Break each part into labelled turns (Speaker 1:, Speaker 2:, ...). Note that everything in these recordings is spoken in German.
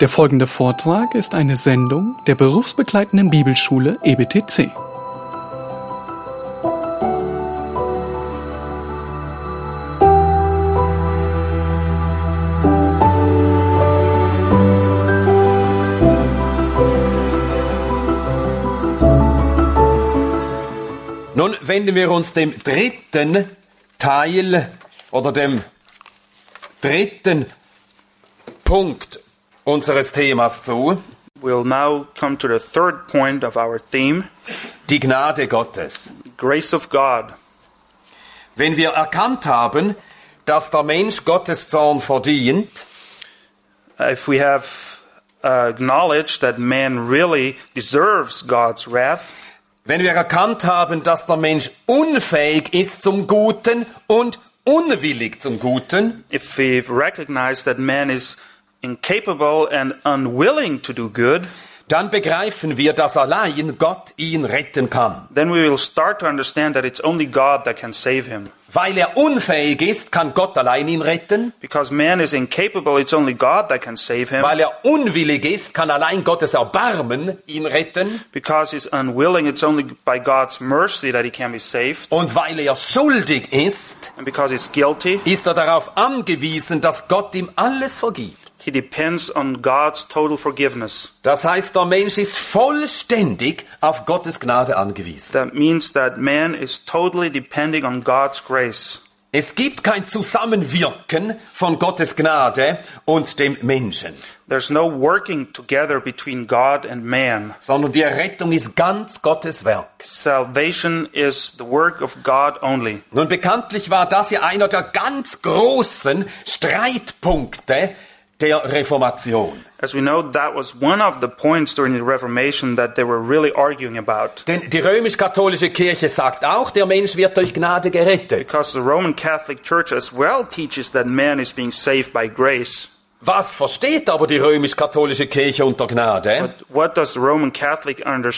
Speaker 1: Der folgende Vortrag ist eine Sendung der berufsbegleitenden Bibelschule E EBTC.
Speaker 2: Nun wenden wir uns dem dritten Teil oder dem dritten Punkt unseres Themas zu,
Speaker 3: We'll now come to the third point of our theme
Speaker 2: die Gnade Gottes.
Speaker 3: grace of God.
Speaker 2: Wenn wir erkannt haben, dass der Mensch Gottes Zorn verdient,
Speaker 3: If we have uh, acknowledged that man really deserves God's wrath,
Speaker 2: wenn wir erkannt haben, dass der Mensch unfähig ist zum Guten und unwillig zum Guten,
Speaker 3: if we've recognized that man is incapable and unwilling to do good,
Speaker 2: dann begreifen wir, dass allein Gott ihn retten kann.
Speaker 3: then we will start to understand that it's only God that can save him.
Speaker 2: Weil er unfähig ist, kann Gott allein ihn retten.
Speaker 3: Because man is incapable, it's only God that can save him.
Speaker 2: Weil er unwillig ist, kann allein Gottes Erbarmen ihn retten.
Speaker 3: Because he's unwilling, it's only by God's mercy that he can be saved.
Speaker 2: Und weil er schuldig ist,
Speaker 3: And because he's guilty,
Speaker 2: ist er darauf angewiesen, dass Gott ihm alles vergibt.
Speaker 3: He depends on God's total forgiveness.
Speaker 2: Das heißt, der Mensch ist vollständig auf Gottes Gnade angewiesen.
Speaker 3: That means that man is totally depending on God's grace.
Speaker 2: Es gibt kein Zusammenwirken von Gottes Gnade und dem Menschen,
Speaker 3: There's no working together between God and man.
Speaker 2: sondern die Errettung ist ganz Gottes Werk.
Speaker 3: Salvation is the work of God only.
Speaker 2: Nun bekanntlich war das ja einer der ganz großen Streitpunkte der Reformation.
Speaker 3: As we know, that was one of the points during the Reformation that they were really arguing about.
Speaker 2: Denn die römisch-katholische Kirche sagt auch, der Mensch wird durch Gnade gerettet.
Speaker 3: Because the Roman Catholic Church as well teaches that man is being saved by grace.
Speaker 2: Was versteht aber die römisch-katholische Kirche unter Gnade?
Speaker 3: But what does the Roman Catholic under-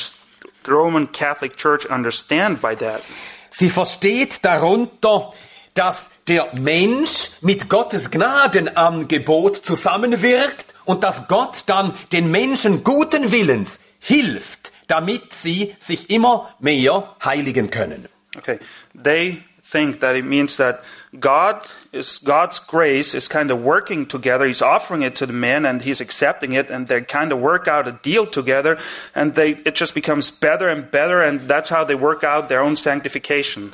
Speaker 3: Roman Catholic Church understand by that?
Speaker 2: Sie versteht darunter, dass der Mensch mit Gottes Gnadenangebot zusammenwirkt und dass Gott dann den Menschen guten Willens hilft, damit sie sich immer mehr heiligen können.
Speaker 3: Okay, they think that it means that God is God's grace is kind of working together. He's offering it to the man, and he's accepting it, and they kind of work out a deal together, and they it just becomes better and better, and that's how they work out their own sanctification.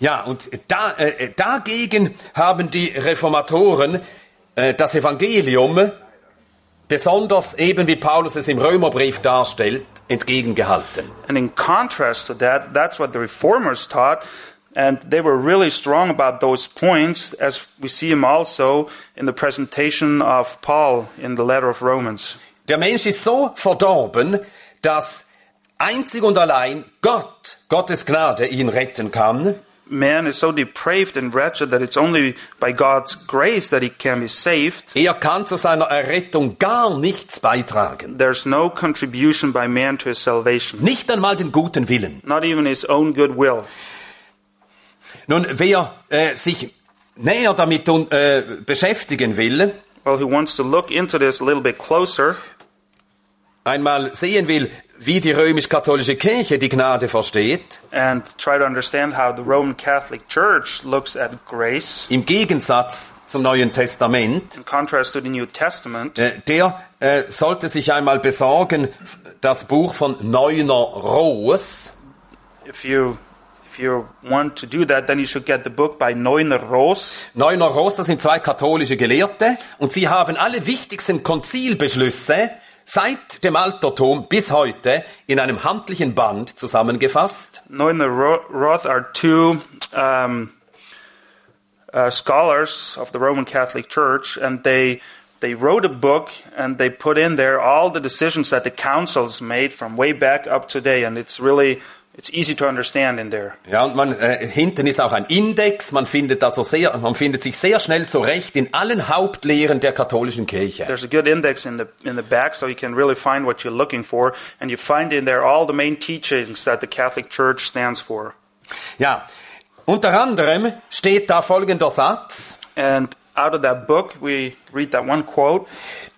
Speaker 2: Ja, und da, äh, dagegen haben die Reformatoren äh, das Evangelium, besonders eben wie Paulus es im Römerbrief darstellt, entgegengehalten.
Speaker 3: And in contrast to that, that's what the reformers taught. And they were really strong about those points, as we see him also in the presentation of Paul in the letter of Romans.
Speaker 2: Der Mensch ist so verdorben, dass einzig und allein Gott, Gottes Gnade, ihn retten kann.
Speaker 3: man is so depraved and wretched that it's only by God's grace that he can be saved.
Speaker 2: Er kann zu seiner Errettung gar nichts beitragen.
Speaker 3: There's no contribution by man to his salvation,
Speaker 2: Nicht einmal den guten Willen.
Speaker 3: not even his own good will.
Speaker 2: Nun, wer äh, sich näher damit äh, beschäftigen will,
Speaker 3: Well, he wants to look into this a little bit closer
Speaker 2: einmal sehen will, wie die römisch-katholische Kirche die Gnade versteht,
Speaker 3: and try to understand how the Roman Catholic Church looks at grace
Speaker 2: im Gegensatz zum Neuen Testament,
Speaker 3: in contrast to the New Testament.
Speaker 2: äh, der äh, sollte sich einmal besorgen, das Buch von Neuner Roos,
Speaker 3: If you if you want to do that, then you should get the book by Neuner Roos.
Speaker 2: Neuner Roos, das sind zwei katholische Gelehrte und sie haben alle wichtigsten Konzilbeschlüsse seit dem Altertum bis heute in einem handlichen Band zusammengefasst.
Speaker 3: Neuner Ro- Roth are two um, uh, scholars of the Roman Catholic Church, and they they wrote a book and they put in there all the decisions that the councils made from way back up today, and it's really it's easy to understand in there.
Speaker 2: Ja, und man, äh, hinten ist auch ein Index, man findet, also sehr, man findet sich sehr schnell zurecht in allen Hauptlehren der katholischen Kirche.
Speaker 3: There's a good index in the in the back, so you can really find what you're looking for, and you find in there all the main teachings that the Catholic Church stands for.
Speaker 2: Ja, unter anderem steht da folgender Satz.
Speaker 3: And out of that book, we read that one quote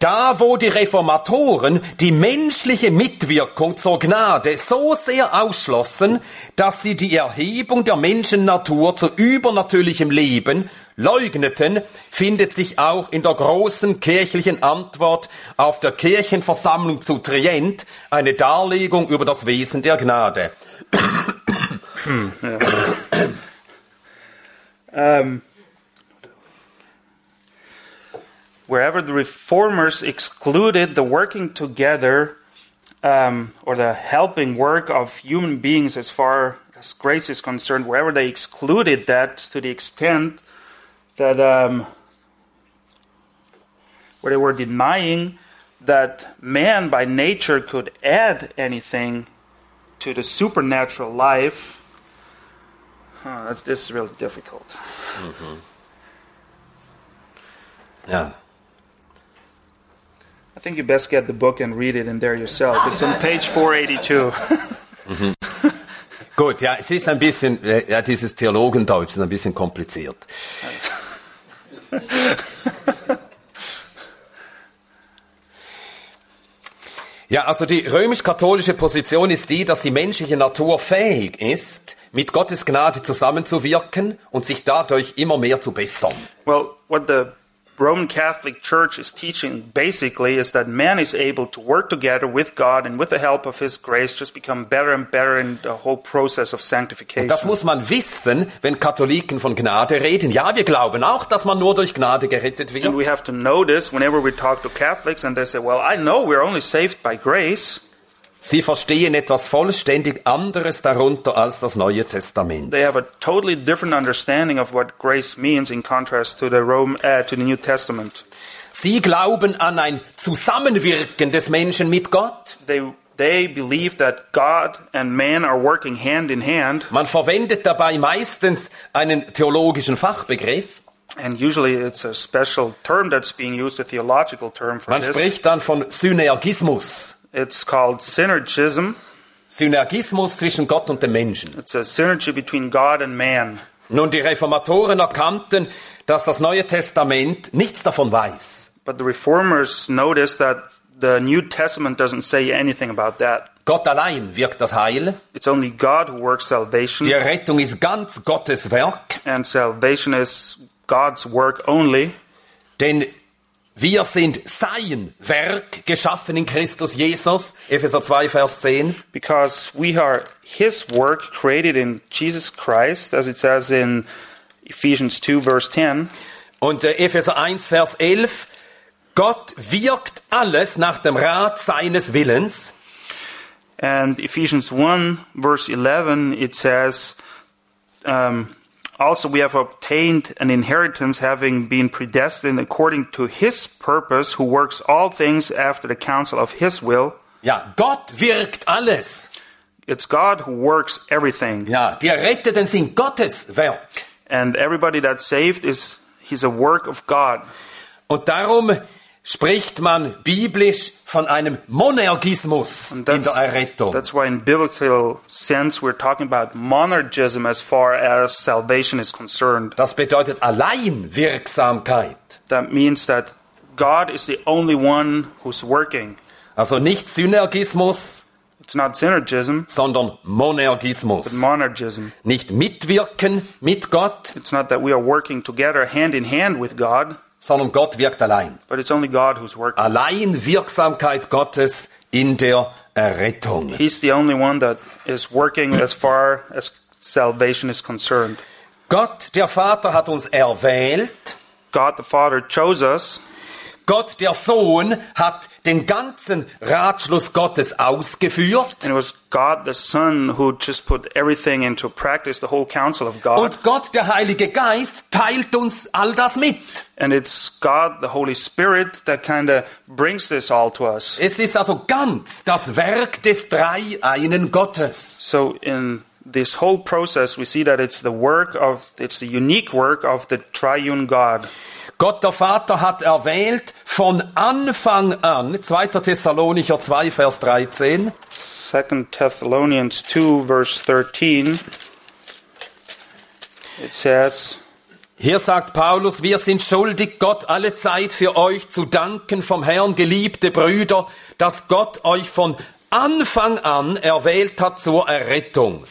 Speaker 2: Da, wo die Reformatoren die menschliche Mitwirkung zur Gnade so sehr ausschlossen, dass sie die Erhebung der Menschennatur zu übernatürlichem Leben leugneten, findet sich auch in der großen kirchlichen Antwort auf der Kirchenversammlung zu Trient eine Darlegung über das Wesen der Gnade.
Speaker 3: Um, wherever the reformers excluded the working together um, or the helping work of human beings as far as grace is concerned, wherever they excluded that to the extent that um, where they were denying that man by nature could add anything to the supernatural life. Huh, that's, this is really difficult.
Speaker 2: Ja.
Speaker 3: I think you best get the book and read it in there yourself. It's on page 482.
Speaker 2: Gut, ja, es ist ein bisschen, äh, ja, dieses Theologendeutsch ist ein bisschen kompliziert. Ja, also die römisch-katholische Position ist die, dass die menschliche Natur fähig ist, mit Gottes Gnade zusammenzuwirken und sich dadurch immer mehr zu bessern.
Speaker 3: Well, what the Roman Catholic Church is teaching basically is that man is able to work together with God and with the help of His grace just become better and better in the whole process of sanctification.
Speaker 2: Das muss man wissen, wenn Katholiken von Gnade reden. Ja, wir glauben auch, dass man nur durch Gnade gerettet
Speaker 3: and
Speaker 2: wird.
Speaker 3: we have to know this whenever we talk to Catholics and they say, well, I know we're only saved by grace.
Speaker 2: Sie verstehen etwas vollständig anderes darunter als das Neue Testament.
Speaker 3: They have a totally different understanding of what grace means in contrast to the Rome, uh, to the New Testament.
Speaker 2: Sie glauben an ein Zusammenwirken des Menschen mit Gott.
Speaker 3: They, they believe that God and man are working hand in hand.
Speaker 2: Man verwendet dabei meistens einen theologischen Fachbegriff.
Speaker 3: And usually it's a special term that's being used, a theological term for
Speaker 2: Man
Speaker 3: this.
Speaker 2: spricht dann von Synergismus.
Speaker 3: It's called synergism.
Speaker 2: Synergismus zwischen Gott und dem Menschen.
Speaker 3: It's a synergy between God and man.
Speaker 2: Nun, die Reformatoren erkannten, dass das Neue Testament nichts davon weiß.
Speaker 3: But the reformers noticed that the New Testament doesn't say anything about that.
Speaker 2: Gott allein wirkt das Heil.
Speaker 3: It's only God who works salvation,
Speaker 2: Die Errettung ist ganz Gottes Werk,
Speaker 3: and salvation is God's work only.
Speaker 2: denn wir sind sein Werk, geschaffen in Christus Jesus. Epheser 2, Vers 10.
Speaker 3: because we are his work created in Jesus Christ, as it says in Ephesians 2, verse 10.
Speaker 2: Und äh, Epheser 1, Vers 11. Gott wirkt alles nach dem Rat seines Willens.
Speaker 3: And Ephesians 1, verse 11, it says, um, Also we have obtained an inheritance, having been predestined according to his purpose, who works all things after the counsel of his will.
Speaker 2: Ja, Gott wirkt alles.
Speaker 3: It's God who works everything.
Speaker 2: Ja, die Erretteten sind Gottes Werk.
Speaker 3: And everybody that's saved is he's a work of God.
Speaker 2: Und darum spricht man biblisch von einem Monergismus in
Speaker 3: And
Speaker 2: der Errettung.
Speaker 3: that's why in biblical sense we're talking about monergism as far as salvation is concerned.
Speaker 2: Das bedeutet Alleinwirksamkeit.
Speaker 3: That means that God is the only one who's working.
Speaker 2: Also nicht Synergismus,
Speaker 3: It's not synergism,
Speaker 2: sondern Monergismus.
Speaker 3: monergism.
Speaker 2: Nicht mitwirken mit Gott,
Speaker 3: It's not that we are working together hand in hand with God,
Speaker 2: sondern Gott wirkt allein.
Speaker 3: but it's only God who's working.
Speaker 2: Alleinwirksamkeit Gottes in der Errettung.
Speaker 3: He's the only one that is working as far as salvation is concerned.
Speaker 2: Gott, der Vater, hat uns erwählt.
Speaker 3: God the Father chose us.
Speaker 2: Gott, der Sohn, hat den ganzen Ratschluss Gottes ausgeführt.
Speaker 3: And it was God the Son who just put everything into practice, the whole counsel of God.
Speaker 2: Und Gott, der Heilige Geist, teilt uns all das mit.
Speaker 3: And it's God, the Holy Spirit, that kind of brings this all to us.
Speaker 2: Es ist also ganz das Werk des Dreieinen Gottes.
Speaker 3: So in this whole process, we see that it's the work of, it's the unique work of the triune God.
Speaker 2: Gott der Vater hat erwählt von Anfang an, 2. Thessalonicher 2, Vers 13,
Speaker 3: Second Thessalonians 2, verse 13, it says,
Speaker 2: Hier sagt Paulus, wir sind schuldig, Gott alle Zeit für euch zu danken vom Herrn, geliebte Brüder, dass Gott euch von Anfang an erwählt hat zur Errettung.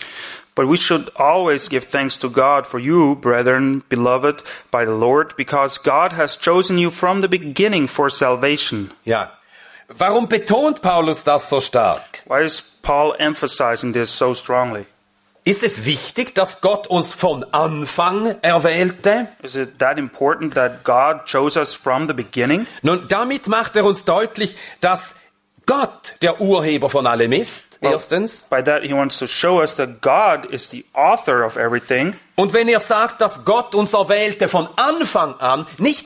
Speaker 3: But we should always give thanks to God for you, brethren, beloved by the Lord, because God has chosen you from the beginning for salvation.
Speaker 2: Ja. Warum betont Paulus das so stark?
Speaker 3: Why is Paul emphasizing this so strongly?
Speaker 2: Ist es wichtig, dass Gott uns von Anfang erwählte?
Speaker 3: Is it that important that God chose us from the beginning?
Speaker 2: Nun, damit macht er uns deutlich, dass Gott der Urheber von allem ist,
Speaker 3: Well,
Speaker 2: erstens.
Speaker 3: By that, he wants to show us that God is the author of everything.
Speaker 2: Und wenn er sagt, dass Gott uns erwählte von Anfang an, nicht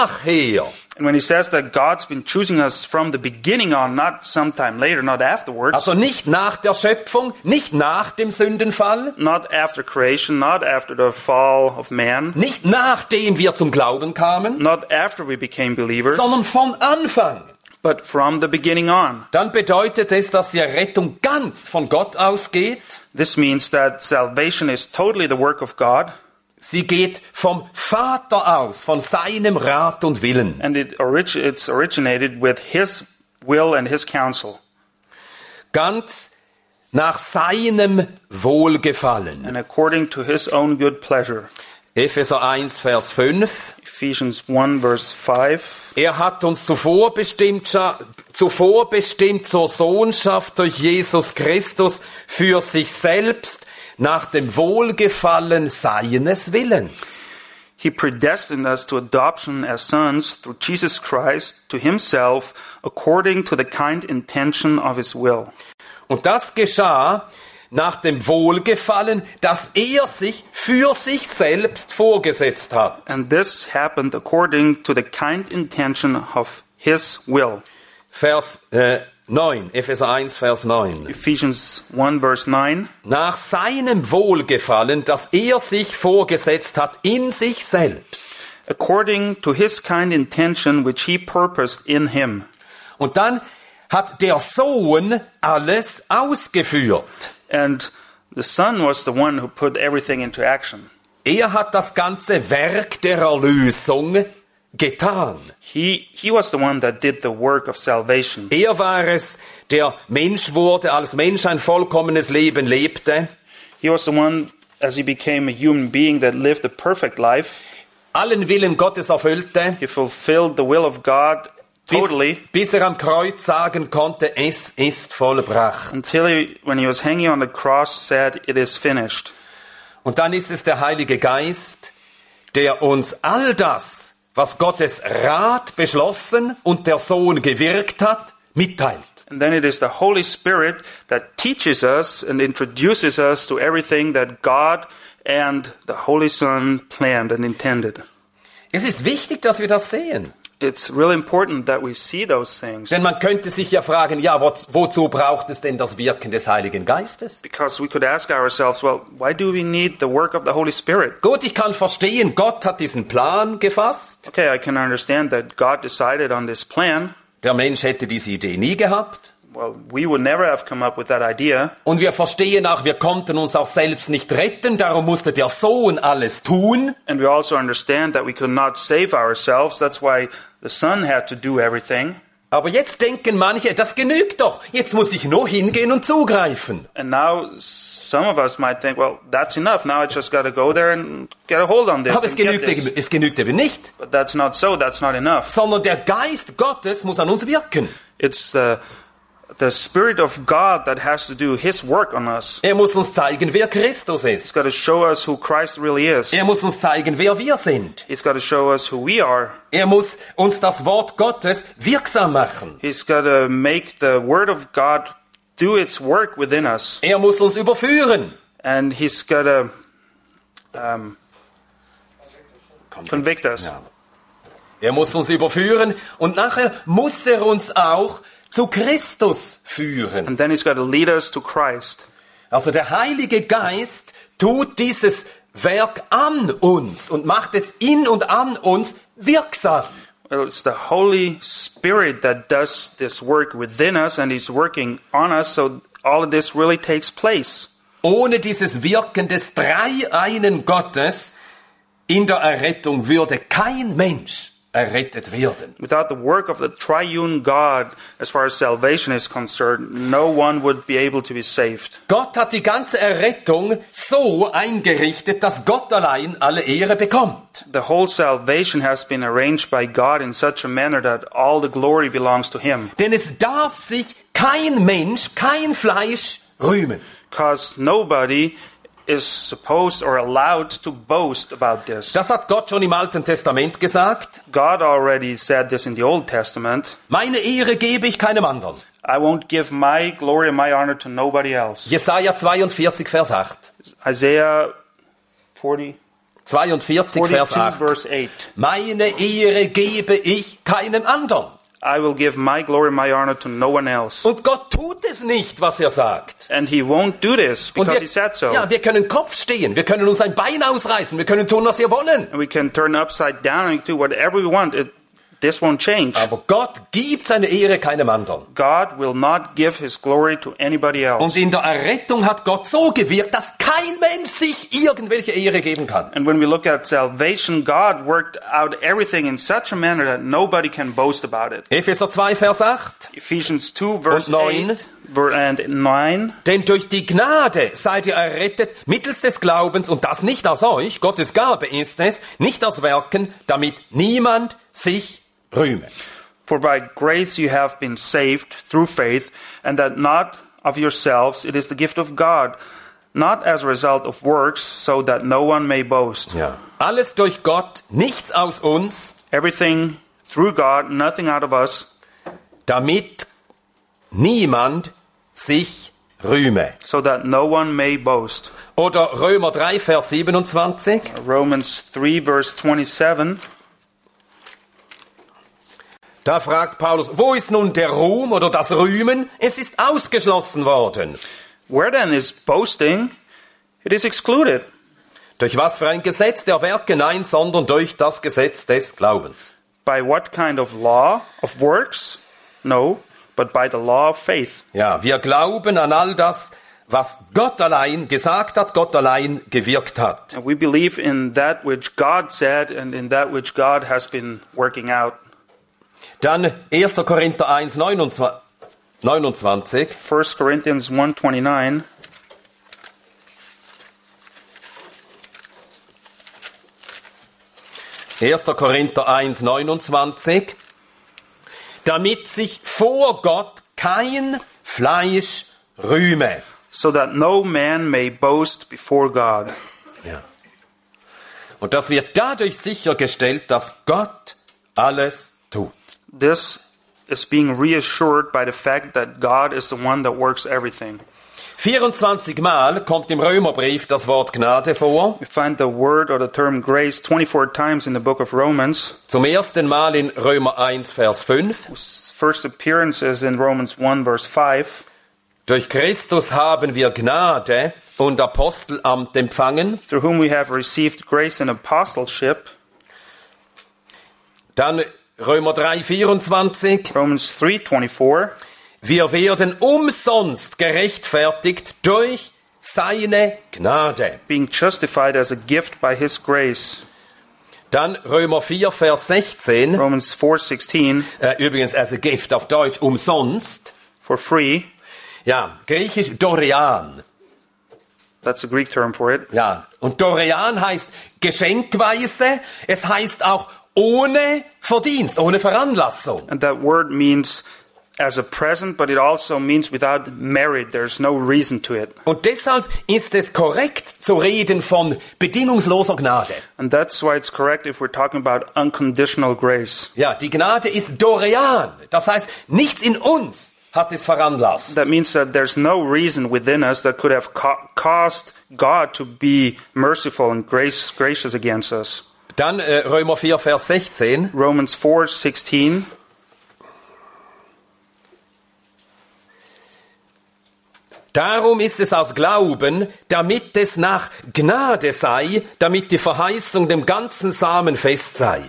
Speaker 2: nachher,
Speaker 3: And when he says that God's been choosing us from the beginning on, not sometime later, not afterwards,
Speaker 2: also nicht nach der Schöpfung, nicht nach dem Sündenfall,
Speaker 3: not after creation, not after the fall of man,
Speaker 2: nicht nachdem wir zum Glauben kamen,
Speaker 3: not after we became believers,
Speaker 2: sondern von Anfang.
Speaker 3: but from the beginning on.
Speaker 2: Dann bedeutet es, dass die Rettung ganz von Gott ausgeht.
Speaker 3: This means that salvation is totally the work of God,
Speaker 2: Sie geht vom Vater aus, von seinem Rat und Willen.
Speaker 3: and it orig- it's originated with His will and His counsel,
Speaker 2: Ganz nach seinem Wohlgefallen.
Speaker 3: and according to His own good pleasure.
Speaker 2: Epheser 1, Vers 5.
Speaker 3: Ephesians 1, verse 5.
Speaker 2: Er hat uns zuvor bestimmt, scha- zuvor bestimmt zur Sohnschaft durch Jesus Christus für sich selbst nach dem Wohlgefallen seines Willens.
Speaker 3: He predestined us to adoption as sons through Jesus Christ to himself according to the kind intention of his will.
Speaker 2: Und das geschah nach dem Wohlgefallen, das er sich für sich selbst vorgesetzt hat.
Speaker 3: And this happened according to the kind intention of his will.
Speaker 2: Vers äh, 9, Epheser 1, Vers 9.
Speaker 3: Ephesians 1 verse 9.
Speaker 2: Nach seinem Wohlgefallen, das er sich vorgesetzt hat in sich selbst.
Speaker 3: According to his kind intention which he purposed in him.
Speaker 2: Und dann hat der Sohn alles ausgeführt.
Speaker 3: And the son was the one who put everything into action.
Speaker 2: Er hat das ganze Werk der Erlösung getan.
Speaker 3: He, he was the one that did the work of salvation.
Speaker 2: Er war es, der Mensch wurde, als Mensch ein vollkommenes Leben lebte,
Speaker 3: He was the one, as he became a human being, that lived a perfect life.
Speaker 2: allen Willen Gottes erfüllte,
Speaker 3: He fulfilled the will of God totally
Speaker 2: bis, bis er am Kreuz sagen konnte, es ist vollbracht.
Speaker 3: until he, when he was hanging on the cross, said, It is finished.
Speaker 2: Und dann ist es der Heilige Geist, der uns all das, was Gottes Rat beschlossen und der Sohn gewirkt hat, mitteilt.
Speaker 3: And then it is the Holy Spirit that teaches us and introduces us to everything that God and the Holy Son planned and intended.
Speaker 2: Es ist wichtig, dass wir das sehen.
Speaker 3: It's really important that we see those things
Speaker 2: Denn man könnte sich ja fragen, ja, wo, wozu braucht es denn das Wirken des Heiligen Geistes?
Speaker 3: because we could ask ourselves, well, why do we need the work of the Holy Spirit?
Speaker 2: Gut, ich kann verstehen, Gott hat diesen Plan gefasst.
Speaker 3: Okay, I can understand that God decided on this plan.
Speaker 2: Der Mensch hätte diese Idee nie gehabt.
Speaker 3: Well, we would never have come up with that idea.
Speaker 2: Und wir verstehen auch, wir konnten uns auch selbst nicht retten, darum musste der Sohn alles tun.
Speaker 3: And we also understand that we could not save ourselves. That's why the Son had to do everything.
Speaker 2: Aber jetzt denken manche, das genügt doch, jetzt muss ich nur hingehen und zugreifen.
Speaker 3: And now some of us might think, well, that's enough. Now I just got to go there and get a hold on this.
Speaker 2: Aber es
Speaker 3: and get
Speaker 2: genügt, eben,
Speaker 3: this.
Speaker 2: es genügt eben nicht,
Speaker 3: But that's not so. That's not enough.
Speaker 2: sondern der Geist Gottes muss an uns wirken.
Speaker 3: It's the, the Spirit of God that has to do His work on us.
Speaker 2: Er muss uns zeigen, wer Christus ist.
Speaker 3: He's got to show us who Christ really is.
Speaker 2: Er muss uns zeigen, wer wir sind.
Speaker 3: He's got to show us who we are.
Speaker 2: Er muss uns das Wort Gottes wirksam machen.
Speaker 3: He's got to make the Word of God do its work within us.
Speaker 2: Er muss uns überführen.
Speaker 3: And He's got to um, convict us.
Speaker 2: Ja. Er muss uns überführen und nachher muss er uns auch zu Christus führen.
Speaker 3: And then He's got to lead us to Christ.
Speaker 2: Also der Heilige Geist tut dieses Werk an uns und macht es in und an uns wirksam.
Speaker 3: Well, it's the Holy Spirit that does this work within us, and He's working on us, so all of this really takes place.
Speaker 2: Ohne dieses Wirken des Dreieinen Gottes In der Errettung würde kein Mensch errettet werden.
Speaker 3: Without the work of the triune God, as far as salvation is concerned, no one would be able to be saved.
Speaker 2: Gott hat die ganze Errettung so eingerichtet, dass Gott allein alle Ehre bekommt.
Speaker 3: The whole salvation has been arranged by God in such a manner that all the glory belongs to Him.
Speaker 2: Denn es darf sich kein Mensch, kein Fleisch rühmen.
Speaker 3: Because nobody is supposed or allowed to boast about this.
Speaker 2: Das hat Gott schon im Alten Testament gesagt.
Speaker 3: God already said this in the Old Testament
Speaker 2: Meine Ehre gebe ich keinem anderen.
Speaker 3: I won't give my glory and my honor to nobody else.
Speaker 2: Jesaja 42, Vers 8.
Speaker 3: Isaiah 40,
Speaker 2: 42, Vers
Speaker 3: 42,
Speaker 2: 8.
Speaker 3: verse 8.
Speaker 2: Meine Ehre gebe ich keinem anderen.
Speaker 3: I will give my glory and my honor to no one else.
Speaker 2: Und Gott tut es nicht, was er sagt.
Speaker 3: And he won't do this
Speaker 2: Und
Speaker 3: because he said so.
Speaker 2: ja, wir können Kopf stehen, wir können uns ein Bein ausreißen, wir können tun, was wir wollen.
Speaker 3: And we can turn upside down and do whatever we want. It, this won't change.
Speaker 2: Aber Gott gibt seine Ehre keinem anderen.
Speaker 3: God will not give his glory to anybody
Speaker 2: Und
Speaker 3: else.
Speaker 2: in der Errettung hat Gott so gewirkt, dass kein Mensch sich irgendwelche Ehre geben kann.
Speaker 3: And when we look at salvation, God worked out everything in such a manner that nobody can boast about it.
Speaker 2: Epheser 2, Vers 8.
Speaker 3: Ephesians 2, verse
Speaker 2: Und neun.
Speaker 3: 8 ver- and 9.
Speaker 2: Denn durch die Gnade seid ihr errettet mittels des Glaubens und das nicht aus euch, Gottes Gabe ist es, nicht aus Werken, damit niemand sich rühme.
Speaker 3: For by grace you have been saved through faith, and that not of yourselves, it is the gift of God, not as a result of works, so that no one may boast.
Speaker 2: Ja. Alles durch Gott, nichts aus uns,
Speaker 3: Everything through God, nothing out of us,
Speaker 2: damit niemand sich rühme.
Speaker 3: so that no one may boast.
Speaker 2: Oder Römer 3, Vers 27.
Speaker 3: Romans 3, verse 27.
Speaker 2: Da fragt Paulus, wo ist nun der Ruhm oder das Rühmen? Es ist ausgeschlossen worden.
Speaker 3: Where then is boasting? It is excluded.
Speaker 2: Durch was für ein Gesetz der Werke? Nein, sondern durch das Gesetz des Glaubens.
Speaker 3: By what kind of law? Of works? No, but by the law of faith.
Speaker 2: Ja, wir glauben an all das, was Gott allein gesagt hat, Gott allein gewirkt hat.
Speaker 3: And we believe in that which God said and in that which God has been working out.
Speaker 2: Dann 1. Korinther 1, 29. 29.
Speaker 3: 1 Corinthians 1:29
Speaker 2: 1. Korinther 1, 29. Damit sich vor Gott kein Fleisch rühme.
Speaker 3: so that no man may boast before God.
Speaker 2: Ja. Und das wird dadurch sichergestellt, dass Gott alles tut.
Speaker 3: This is being reassured by the fact that God is the one that works everything.
Speaker 2: 24 Mal kommt im Römerbrief das Wort Gnade vor.
Speaker 3: We find the word or the term grace 24 times in the book of Romans.
Speaker 2: Zum ersten Mal in Römer 1, Vers 5.
Speaker 3: Its first appearance is in Romans 1 verse 5.
Speaker 2: Durch Christus haben wir Gnade und Apostelamt empfangen.
Speaker 3: Through whom we have received grace and apostleship.
Speaker 2: Dann Römer 3, 24.
Speaker 3: Romans 3:24.
Speaker 2: Wir werden umsonst gerechtfertigt durch seine Gnade.
Speaker 3: being justified as a gift by his grace.
Speaker 2: Dann Römer 4, Vers 16.
Speaker 3: Romans 4:16
Speaker 2: Äh, übrigens, as a gift auf Deutsch umsonst.
Speaker 3: for free.
Speaker 2: Ja, griechisch Dorian.
Speaker 3: That's the Greek term for it.
Speaker 2: Ja, und Dorian heißt geschenkweise. Es heißt auch ohne Verdienst, ohne Veranlassung.
Speaker 3: And that word means as a present, but it also means without merit. There's no reason to it.
Speaker 2: Und deshalb ist es korrekt zu reden von bedingungsloser Gnade.
Speaker 3: And that's why it's correct if we're talking about unconditional grace.
Speaker 2: Ja, die Gnade ist Dorian. Das heißt, nichts in uns hat es veranlasst.
Speaker 3: That means that there's no reason within us that could have ca- caused God to be merciful and grace gracious against us.
Speaker 2: Dann äh, Römer 4, Vers 16.
Speaker 3: Romans 4:16
Speaker 2: Darum ist es aus Glauben, damit es nach Gnade sei, damit die Verheißung dem ganzen Samen fest sei.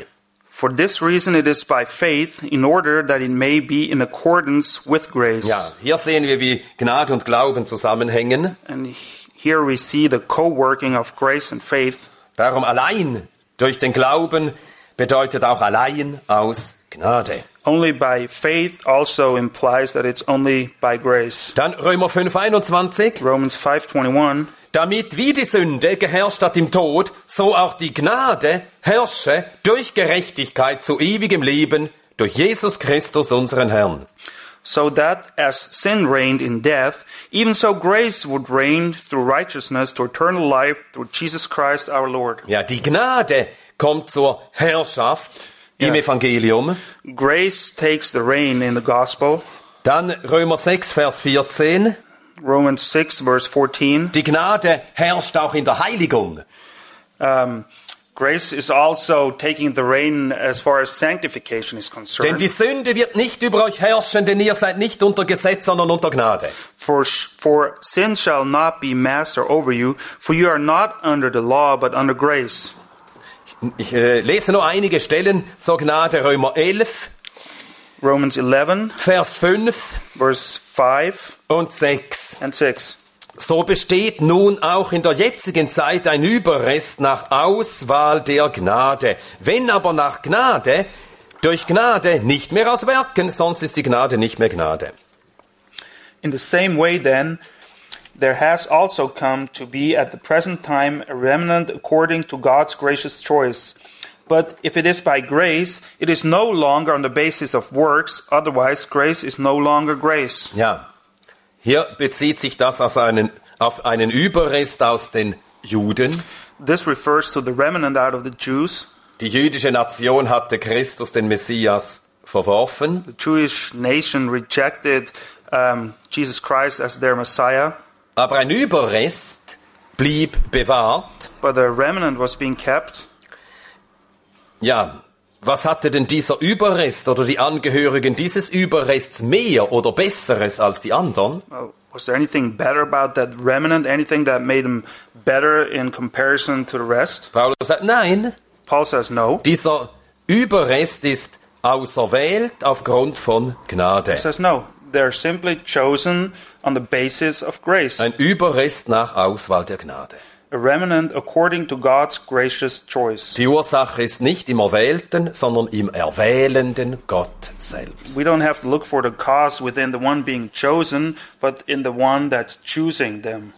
Speaker 3: For this reason it is by faith, in order that it may be in accordance with grace.
Speaker 2: Ja, hier sehen wir, wie Gnade und Glauben zusammenhängen.
Speaker 3: And he- here we see the co working of grace and faith.
Speaker 2: Darum allein Durch den Glauben bedeutet auch allein aus Gnade.
Speaker 3: Only by faith also implies that it's only by grace.
Speaker 2: Dann Römer 5, 21.
Speaker 3: Romans 5:21
Speaker 2: Damit wie die Sünde geherrscht hat im Tod, so auch die Gnade herrsche durch Gerechtigkeit zu ewigem Leben durch Jesus Christus, unseren Herrn.
Speaker 3: So that as sin reigned in death, even so grace would reign through righteousness to eternal life through Jesus Christ our Lord.
Speaker 2: Ja, die Gnade kommt zur Herrschaft im
Speaker 3: Ja.
Speaker 2: Evangelium.
Speaker 3: Grace takes the reign in the gospel.
Speaker 2: Dann Römer 6, Vers 14.
Speaker 3: Romans 6 verse 14.
Speaker 2: Die Gnade herrscht auch in der Heiligung.
Speaker 3: Um, grace is also taking the reign as far as sanctification is
Speaker 2: Denn
Speaker 3: concerned.
Speaker 2: die Sünde wird nicht über euch herrschen, denn ihr seid nicht unter Gesetz, sondern unter Gnade.
Speaker 3: For, for sin shall not be master over you, for you are not under the law, but under grace.
Speaker 2: Ich äh, lese nur einige Stellen zur Gnade Römer 11,
Speaker 3: Romans 11,
Speaker 2: Vers 5
Speaker 3: verse 5
Speaker 2: und 6.
Speaker 3: and 6.
Speaker 2: So besteht nun auch in der jetzigen Zeit ein Überrest nach Auswahl der Gnade. Wenn aber nach Gnade, durch Gnade nicht mehr aus Werken, sonst ist die Gnade nicht mehr Gnade.
Speaker 3: In the same way, then, there has also come to be at the present time a remnant according to God's gracious choice. But if it is by grace, it is no longer on the basis of works, otherwise, grace is no longer grace.
Speaker 2: Ja, hier bezieht sich das auf einen, auf einen Überrest aus den Juden.
Speaker 3: This refers to the remnant out of the Jews.
Speaker 2: Die jüdische Nation hatte Christus, den Messias, verworfen.
Speaker 3: The Jewish nation rejected um, Jesus Christ as their Messiah,
Speaker 2: Aber ein Überrest blieb bewahrt.
Speaker 3: but the remnant was being kept.
Speaker 2: Ja, was hatte denn dieser Überrest oder die Angehörigen dieses Überrests mehr oder besseres als die anderen?
Speaker 3: Uh, was there anything better about that remnant? Anything that made them better in comparison to the rest?
Speaker 2: Paulus sagt, nein,
Speaker 3: Paul says no.
Speaker 2: dieser Überrest ist auserwählt aufgrund von Gnade.
Speaker 3: He says no. They're simply chosen on the basis of grace,
Speaker 2: Ein Überrest nach Auswahl der Gnade.
Speaker 3: a remnant according to God's gracious choice.
Speaker 2: Die Ursache ist nicht im Erwählten, sondern im erwählenden Gott selbst.
Speaker 3: We don't have to look for the cause within the one being chosen, but in the one that's choosing them.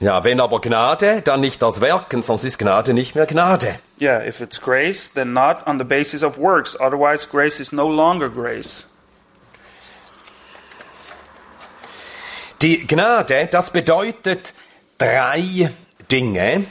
Speaker 2: Ja, wenn aber Gnade, dann nicht aus Werken, sonst ist Gnade nicht mehr Gnade.
Speaker 3: Yeah, if it's grace, then not on the basis of works. Otherwise, grace is no longer grace.
Speaker 2: Die Gnade, das bedeutet drei Dinge.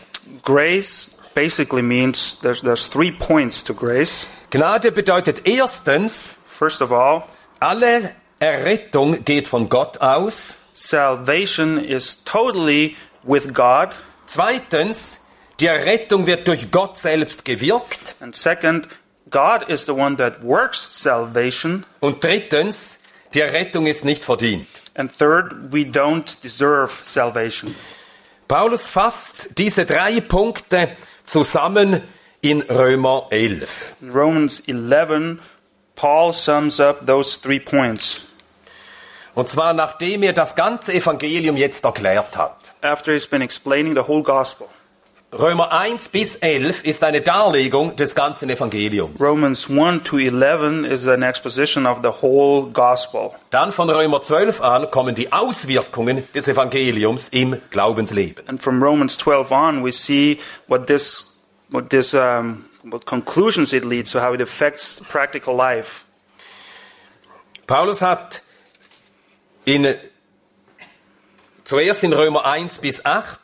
Speaker 3: Grace basically means there's, there's three points to grace.
Speaker 2: Gnade bedeutet erstens,
Speaker 3: First of all,
Speaker 2: alle Errettung geht von Gott aus.
Speaker 3: salvation is totally with God.
Speaker 2: Zweitens, die Errettung wird durch Gott selbst gewirkt.
Speaker 3: And second, God is the one that works salvation.
Speaker 2: Und drittens, die Errettung ist nicht verdient.
Speaker 3: And third, we don't deserve salvation.
Speaker 2: Paulus fasst diese drei Punkte zusammen in Römer 11.
Speaker 3: In Romans 11, Paul sums up those three points.
Speaker 2: Und zwar nachdem er das ganze Evangelium jetzt erklärt hat.
Speaker 3: After he's been explaining the whole gospel,
Speaker 2: Römer 1 bis 11 ist eine Darlegung des ganzen Evangeliums.
Speaker 3: Romans 1 to 11 is an exposition of the whole gospel.
Speaker 2: Dann von Römer 12 an kommen die Auswirkungen des Evangeliums im Glaubensleben.
Speaker 3: And from Romans 12 on, we see what this, what this, um, what conclusions it leads to, how it affects practical life.
Speaker 2: Paulus hat in, zuerst in Römer 1 bis 8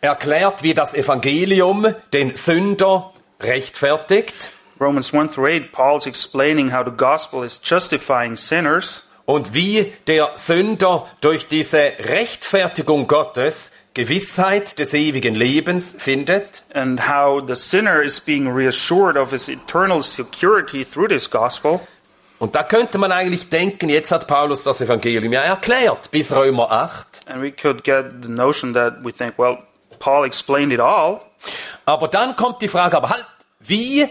Speaker 2: erklärt, wie das Evangelium den Sünder rechtfertigt
Speaker 3: Romans 1 through 8, Paul's explaining how the gospel is justifying sinners
Speaker 2: und wie der Sünder durch diese Rechtfertigung Gottes Gewissheit des ewigen Lebens findet.
Speaker 3: and how the sinner is being reassured of his eternal security through this gospel.
Speaker 2: Und da könnte man eigentlich denken, jetzt hat Paulus das Evangelium ja erklärt bis Römer 8.
Speaker 3: And we could get the notion that we think, well, Paul explained it all.
Speaker 2: Aber dann kommt die Frage, aber halt, wie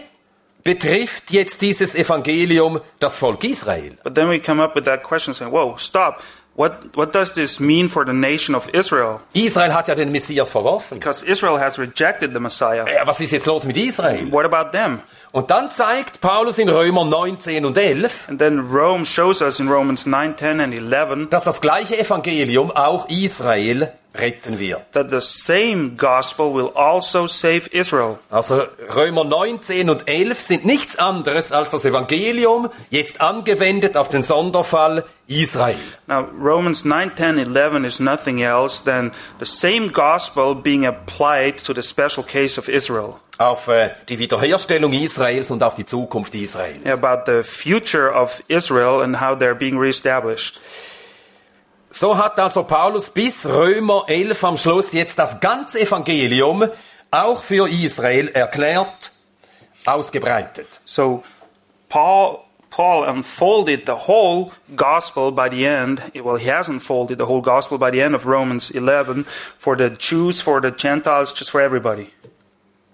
Speaker 2: betrifft jetzt dieses Evangelium das Volk Israel?
Speaker 3: But then we come up with that question saying, whoa, stop. What, what does this mean for the nation of Israel?
Speaker 2: Israel hat ja den Messias verworfen.
Speaker 3: Because Israel has rejected the Messiah.
Speaker 2: Ja, was ist jetzt los mit Israel?
Speaker 3: What about them?
Speaker 2: Und dann zeigt Paulus in Römer 19 und 11,
Speaker 3: And then Rome shows us in Romans 9, 10, and 11
Speaker 2: dass das gleiche Evangelium auch Israel retten wird.
Speaker 3: that the same gospel will also save Israel.
Speaker 2: Also Römer 19 und 11 sind nichts anderes als das Evangelium, jetzt angewendet auf den Sonderfall Israel.
Speaker 3: Now, Romans 9, 10, 11 is nothing else than the same gospel being applied to the special case of Israel,
Speaker 2: Auf äh, die Wiederherstellung Israels und auf die Zukunft Israels.
Speaker 3: about the future of Israel and how they're being reestablished.
Speaker 2: So hat also Paulus bis Römer 11 am Schluss jetzt das ganze Evangelium auch für Israel erklärt, ausgebreitet.
Speaker 3: So, Paul, Paul unfolded the whole gospel by the end. Well, he has unfolded the whole gospel by the end of Romans 11 for the Jews, for the Gentiles, just for everybody.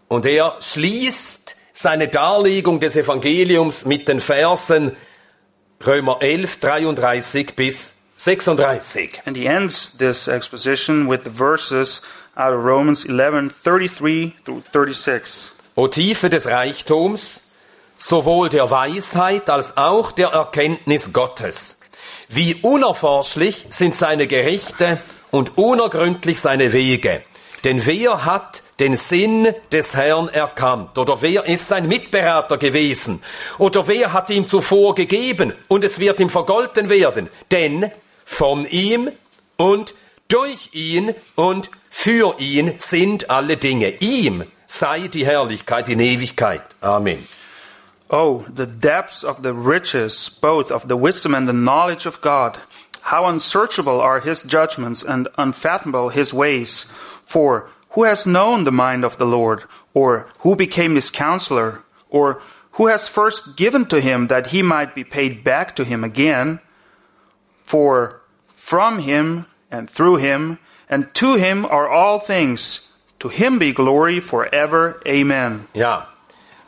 Speaker 2: Und er schließt seine Darlegung des Evangeliums mit den Versen Römer 11, 33 bis 36.
Speaker 3: And he ends this exposition with the verses out of Romans 11 33 through 36.
Speaker 2: O Tiefe des Reichtums, sowohl der Weisheit als auch der Erkenntnis Gottes. Wie unerforschlich sind seine Gerichte und unergründlich seine Wege. Denn wer hat den Sinn des Herrn erkannt? Oder wer ist sein Mitberater gewesen? Oder wer hat ihm zuvor gegeben? Und es wird ihm vergolten werden. Denn von ihm und durch ihn und für ihn sind alle Dinge. Ihm sei die Herrlichkeit in Ewigkeit. Amen.
Speaker 3: Oh, the depths of the riches, both of the wisdom and the knowledge of God. How unsearchable are his judgments and unfathomable his ways. For who has known the mind of the Lord? Or who became his counselor? Or who has first given to him that he might be paid back to him again? For from him and through him and to him are all things. To him be glory forever. Amen.
Speaker 2: Ja.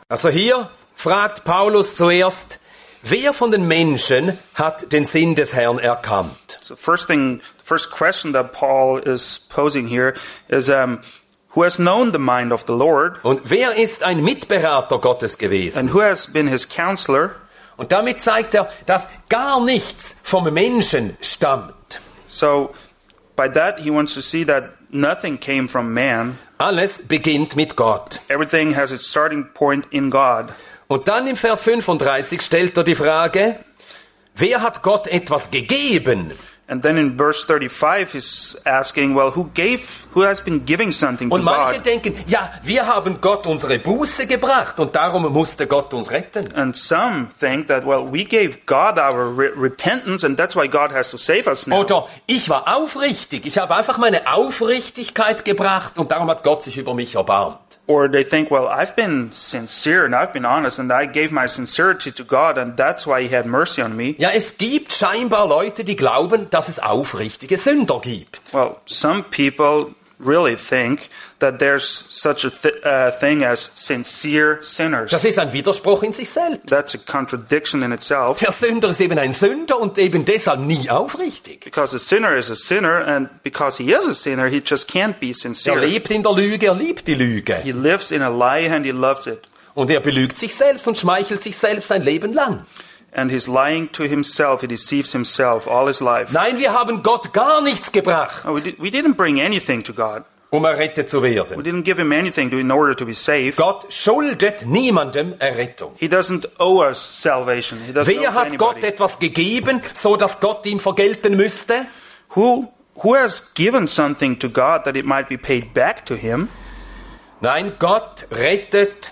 Speaker 2: Also hier fragt Paulus zuerst, wer von den Menschen hat den Sinn des Herrn erkannt?
Speaker 3: So first thing, first question that Paul is posing here is, um, who has known the mind of the Lord
Speaker 2: Und wer ist ein Mitberater Gottes gewesen?
Speaker 3: and who has been his counselor?
Speaker 2: Und damit zeigt er, dass gar nichts vom Menschen stammt.
Speaker 3: So by that he wants to see that nothing came from man.
Speaker 2: Alles beginnt mit Gott.
Speaker 3: Everything has its starting point in God.
Speaker 2: Und dann im Vers 35 stellt er die Frage, wer hat Gott etwas gegeben?
Speaker 3: And then in verse 35 he's asking, well, who gave, who has been giving something to
Speaker 2: Und manche
Speaker 3: God?
Speaker 2: denken, ja, wir haben Gott unsere Buße gebracht und darum musste Gott uns retten.
Speaker 3: And some think that, well, we gave God our re- repentance and that's why God has to save us now.
Speaker 2: Oder ich war aufrichtig, ich habe einfach meine Aufrichtigkeit gebracht und darum hat Gott sich über mich erbarmt.
Speaker 3: Or they think, well, I've been sincere and I've been honest and I gave my sincerity to God and that's why He had mercy on me.
Speaker 2: Ja, es gibt scheinbar Leute, die glauben, dass es aufrichtige Sünder gibt.
Speaker 3: Well, some people really think that there's such a th- uh, thing as sincere sinners.
Speaker 2: Das ist ein Widerspruch in sich selbst.
Speaker 3: That's a contradiction in itself
Speaker 2: Der Sünder ist eben ein Sünder und eben deshalb nie aufrichtig.
Speaker 3: because a sinner is a sinner and because he is a sinner, he just can't be
Speaker 2: Er
Speaker 3: sincere.
Speaker 2: lebt in der Lüge, er liebt die Lüge.
Speaker 3: He lives in a lie and he loves it.
Speaker 2: Und er belügt sich selbst und schmeichelt sich selbst sein Leben lang.
Speaker 3: And he's lying to himself, he deceives himself all his life.
Speaker 2: Nein, wir haben Gott gar nichts gebracht,
Speaker 3: No, we, di- we didn't bring anything to God.
Speaker 2: um errettet zu
Speaker 3: We
Speaker 2: werden.
Speaker 3: didn't give him anything to, in order to be saved.
Speaker 2: Gott schuldet niemandem Errettung.
Speaker 3: He doesn't owe us salvation. He doesn't
Speaker 2: Wer
Speaker 3: owe
Speaker 2: hat Gott
Speaker 3: anybody.
Speaker 2: etwas gegeben, so dass Gott ihm vergelten müsste?
Speaker 3: Who who has given something to God that it might be paid back to him?
Speaker 2: Nein, Gott rettet,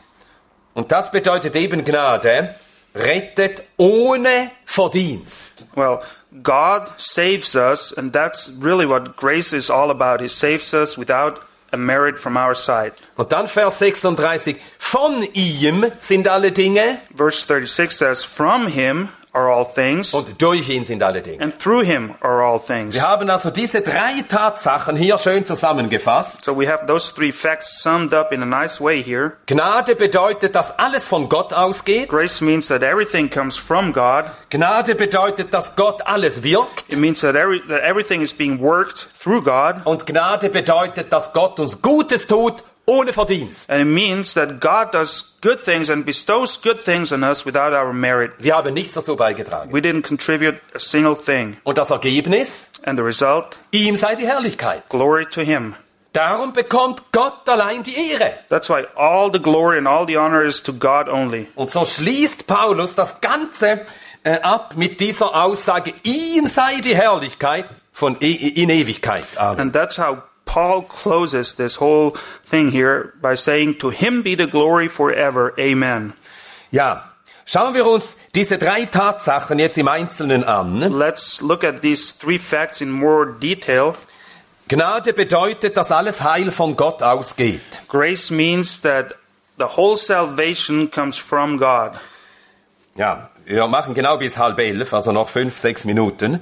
Speaker 2: und das bedeutet eben Gnade, rettet ohne Verdienst.
Speaker 3: Well, God saves us, and that's really what grace is all about. He saves us without a merit from our side.
Speaker 2: Und dann Vers 36, von ihm sind alle Dinge
Speaker 3: Verse 36 says, From him are all things,
Speaker 2: und durch ihn sind alle Dinge.
Speaker 3: and through him are all things.
Speaker 2: Wir haben also diese drei Tatsachen hier schön zusammengefasst.
Speaker 3: So we have those three facts summed up in a nice way here.
Speaker 2: Gnade bedeutet, dass alles von Gott ausgeht.
Speaker 3: Grace means that everything comes from God.
Speaker 2: Gnade bedeutet, dass Gott alles wirkt.
Speaker 3: It means that, every, that everything is being worked through God.
Speaker 2: Und Gnade bedeutet, dass Gott uns Gutes tut, ohne Verdienst.
Speaker 3: And it means that God does good things and bestows good things on us without our merit.
Speaker 2: Wir haben nichts dazu beigetragen.
Speaker 3: We didn't contribute a single thing.
Speaker 2: Und das Ergebnis?
Speaker 3: And the result?
Speaker 2: Ihm sei die Herrlichkeit.
Speaker 3: Glory to Him.
Speaker 2: Darum bekommt Gott allein die Ehre.
Speaker 3: That's why all the glory and all the honor is to God only.
Speaker 2: Und so schließt Paulus das Ganze äh, ab mit dieser Aussage, ihm sei die Herrlichkeit von e in Ewigkeit. Amen.
Speaker 3: And that's how Paul closes this whole thing here by saying, To him be the glory forever. Amen.
Speaker 2: Ja, schauen wir uns diese drei Tatsachen jetzt im Einzelnen an.
Speaker 3: Let's look at these three facts in more detail.
Speaker 2: Gnade bedeutet, dass alles Heil von Gott ausgeht.
Speaker 3: Grace means that the whole salvation comes from God.
Speaker 2: Ja, wir machen genau bis halb elf, also noch fünf, sechs Minuten.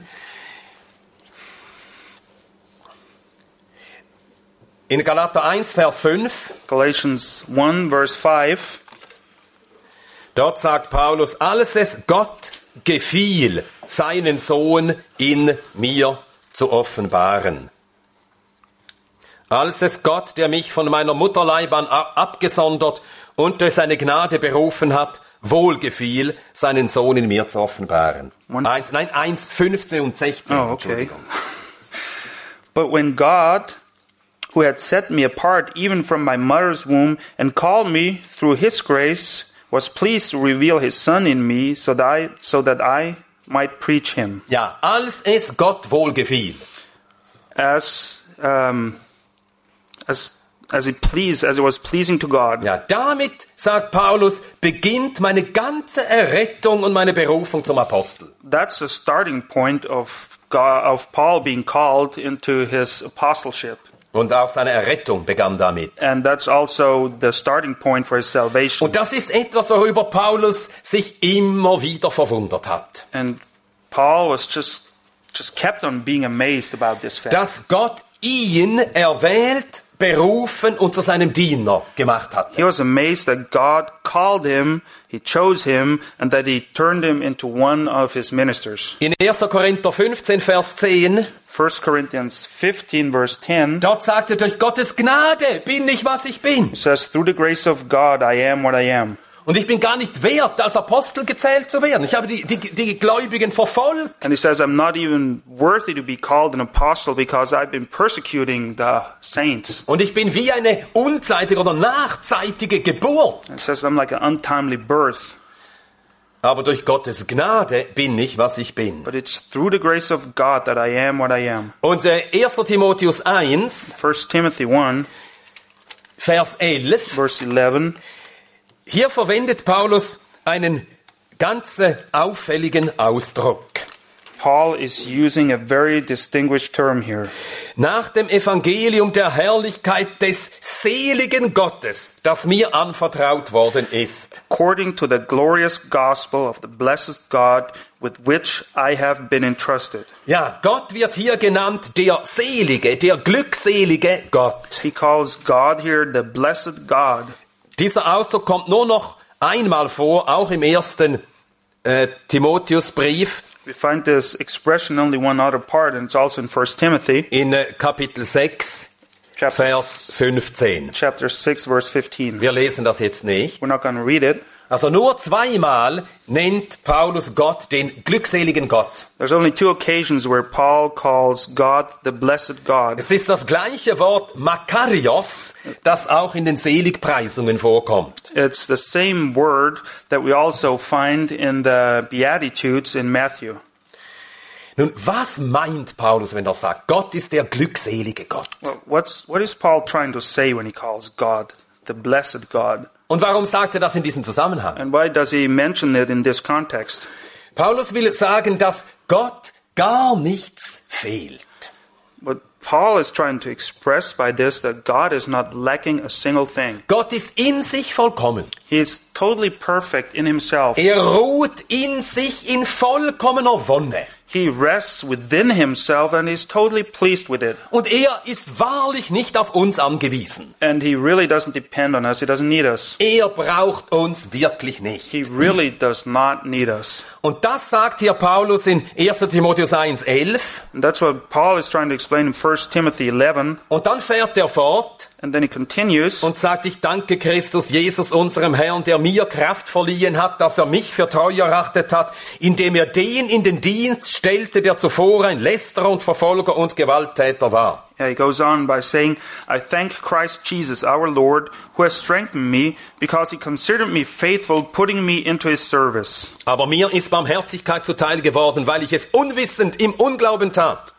Speaker 2: In Galater 1, Vers 5,
Speaker 3: Galatians 1, verse 5.
Speaker 2: dort sagt Paulus, alles es Gott gefiel, seinen Sohn in mir zu offenbaren. Als es Gott, der mich von meiner Mutterleib an a- abgesondert und durch seine Gnade berufen hat, wohlgefiel, seinen Sohn in mir zu offenbaren.
Speaker 3: Und-
Speaker 2: Eins, nein, 1, 15 und 16.
Speaker 3: Oh, okay.
Speaker 2: Entschuldigung.
Speaker 3: But when God, who had set me apart even from my mother's womb and called me through his grace, was pleased to reveal his son in me so that I, so that I might preach him.
Speaker 2: Ja, als es Gott wohlgefiel.
Speaker 3: As, um, as, as it pleased, as it was pleasing to God.
Speaker 2: Ja, damit, sagt Paulus, beginnt meine ganze Errettung und meine Berufung zum Apostel.
Speaker 3: That's the starting point of God, of Paul being called into his apostleship.
Speaker 2: Und auch seine Errettung begann damit.
Speaker 3: And that's also the starting point for his salvation.
Speaker 2: Und das ist etwas, worüber Paulus sich immer wieder verwundert hat.
Speaker 3: And Paul was just just kept on being amazed about this fact.
Speaker 2: Dass Gott ihn erwählt, berufen und zu seinem Diener gemacht hat.
Speaker 3: he was amazed that God called him, he chose him, and that he turned him into one of his ministers.
Speaker 2: In 1. Korinther 15, Vers 10,
Speaker 3: 1 Corinthians 15 verse 10
Speaker 2: dort sagt er, durch Gottes Gnade bin ich, was ich bin.
Speaker 3: says, Through the grace of God I am what I am.
Speaker 2: Und ich bin gar nicht wert, als Apostel gezählt zu werden. Ich habe die, die, die Gläubigen verfolgt.
Speaker 3: And he says, I'm not even worthy to be called an apostle because I've been persecuting the saints.
Speaker 2: Und ich bin wie eine unzeitige oder nachzeitige Geburt.
Speaker 3: And he says, I'm like an untimely birth.
Speaker 2: Aber durch Gottes Gnade bin ich, was ich bin.
Speaker 3: But it's through the grace of God that I am what I am.
Speaker 2: Und äh, 1. Timotheus 1,
Speaker 3: 1 Timothy 1,
Speaker 2: Vers 11,
Speaker 3: verse 11.
Speaker 2: hier verwendet Paulus einen ganz äh, auffälligen Ausdruck.
Speaker 3: Paul is using a very distinguished term here.
Speaker 2: Nach dem Evangelium der Herrlichkeit des seligen Gottes, das mir anvertraut worden ist.
Speaker 3: According to the glorious gospel of the blessed God with which I have been entrusted.
Speaker 2: Ja, Gott wird hier genannt der selige, der glückselige Gott.
Speaker 3: He calls God here the blessed God.
Speaker 2: Dieser Ausdruck kommt nur noch einmal vor, auch im ersten äh, Timotheusbrief
Speaker 3: We find this expression only one other part, and it's also in 1 Timothy
Speaker 2: in äh, Kapitel 6,
Speaker 3: chapter,
Speaker 2: Vers 15.
Speaker 3: chapter 6, verse 15.
Speaker 2: Wir lesen das jetzt nicht.
Speaker 3: We're not going to read it.
Speaker 2: Also nur zweimal nennt Paulus Gott den glückseligen Gott.
Speaker 3: There's only two occasions where Paul calls God the blessed God.
Speaker 2: Es ist das gleiche Wort Makarios, das auch in den Seligpreisungen vorkommt.
Speaker 3: It's the same word that we also find in the Beatitudes in Matthew.
Speaker 2: Nun, was meint Paulus, wenn er sagt, Gott ist der glückselige Gott?
Speaker 3: Well, what's what is Paul trying to say when he calls God the blessed God?
Speaker 2: Und warum sagt er das in diesem Zusammenhang?
Speaker 3: And why does he mention it in this context?
Speaker 2: Paulus will sagen, dass Gott gar nichts fehlt.
Speaker 3: But Paul is trying to express by this that God is not lacking a single thing.
Speaker 2: Gott ist in sich vollkommen.
Speaker 3: He is totally perfect in himself.
Speaker 2: Er ruht in sich in vollkommener Wonne.
Speaker 3: He rests within himself and he's totally pleased with it.
Speaker 2: Und er ist wahrlich nicht auf uns angewiesen.
Speaker 3: And he really doesn't depend on us. He doesn't need us.
Speaker 2: Er braucht uns wirklich nicht.
Speaker 3: He really does not need us.
Speaker 2: Und das sagt hier Paulus in 1. Timotheus 1,11.
Speaker 3: And that's what Paul is trying to explain in 1 Timothy 11.
Speaker 2: Und dann fährt er fort
Speaker 3: And then he continues.
Speaker 2: und sagt, ich danke Christus Jesus, unserem Herrn, der mir Kraft verliehen hat, dass er mich für treu erachtet hat, indem er den in den Dienst stellte, der zuvor ein Lästerer und Verfolger und Gewalttäter war.
Speaker 3: Yeah, he goes on by saying, I thank Christ Jesus, our Lord, who has strengthened me because he considered me faithful, putting me into his service.
Speaker 2: Aber mir ist Barmherzigkeit zuteil geworden, weil ich es unwissend im Unglauben tat.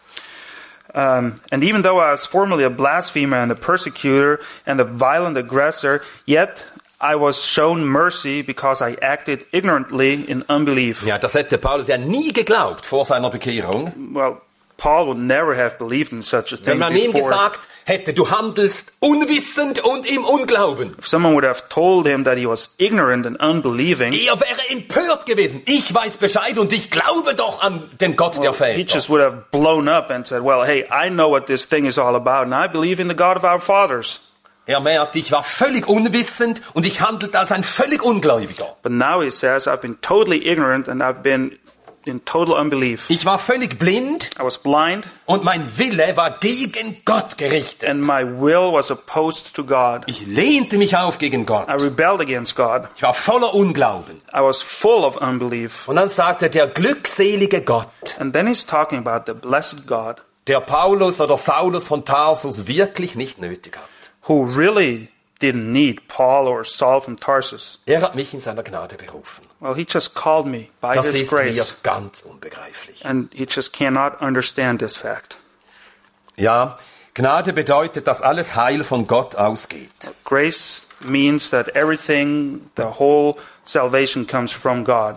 Speaker 3: Um, and even though I was formerly a blasphemer and a persecutor and a violent aggressor, yet I was shown mercy because I acted ignorantly in unbelief.
Speaker 2: Ja, das hätte Paulus ja nie geglaubt vor seiner Bekehrung.
Speaker 3: Well, Paul would never have believed in such a
Speaker 2: Wenn
Speaker 3: thing
Speaker 2: man ihm
Speaker 3: before.
Speaker 2: gesagt hätte, du handelst unwissend und im Unglauben.
Speaker 3: If someone would have told him that he was ignorant and unbelieving,
Speaker 2: Er wäre empört gewesen. Ich weiß Bescheid und ich glaube doch an den Gott der
Speaker 3: he
Speaker 2: Väter.
Speaker 3: just would have blown up and said, Well, hey, I know what this thing is all about, and I believe in the God of our fathers.
Speaker 2: Er merkt, ich war völlig unwissend und ich handelte als ein völlig Ungläubiger.
Speaker 3: But now he says, I've been totally ignorant and I've been in total unbelief.
Speaker 2: Ich war völlig blind
Speaker 3: I was blind,
Speaker 2: und mein Wille war gegen Gott gerichtet.
Speaker 3: and my will was opposed to God.
Speaker 2: Ich lehnte mich auf gegen Gott.
Speaker 3: I rebelled against God.
Speaker 2: Ich war voller Unglauben.
Speaker 3: I was full of unbelief.
Speaker 2: Und dann sagte der glückselige Gott,
Speaker 3: And then he's talking about the blessed God
Speaker 2: der Paulus oder Saulus von Tarsus wirklich nicht nötig hat.
Speaker 3: who really didn't need Paul or Saul from Tarsus.
Speaker 2: Er hat mich in seiner Gnade berufen.
Speaker 3: Well, he just called me by
Speaker 2: Das
Speaker 3: his
Speaker 2: ist mir
Speaker 3: grace.
Speaker 2: ganz unbegreiflich.
Speaker 3: And he just cannot understand this fact.
Speaker 2: Ja, Gnade bedeutet, dass alles Heil von Gott ausgeht.
Speaker 3: Grace means that everything, the whole salvation comes from God.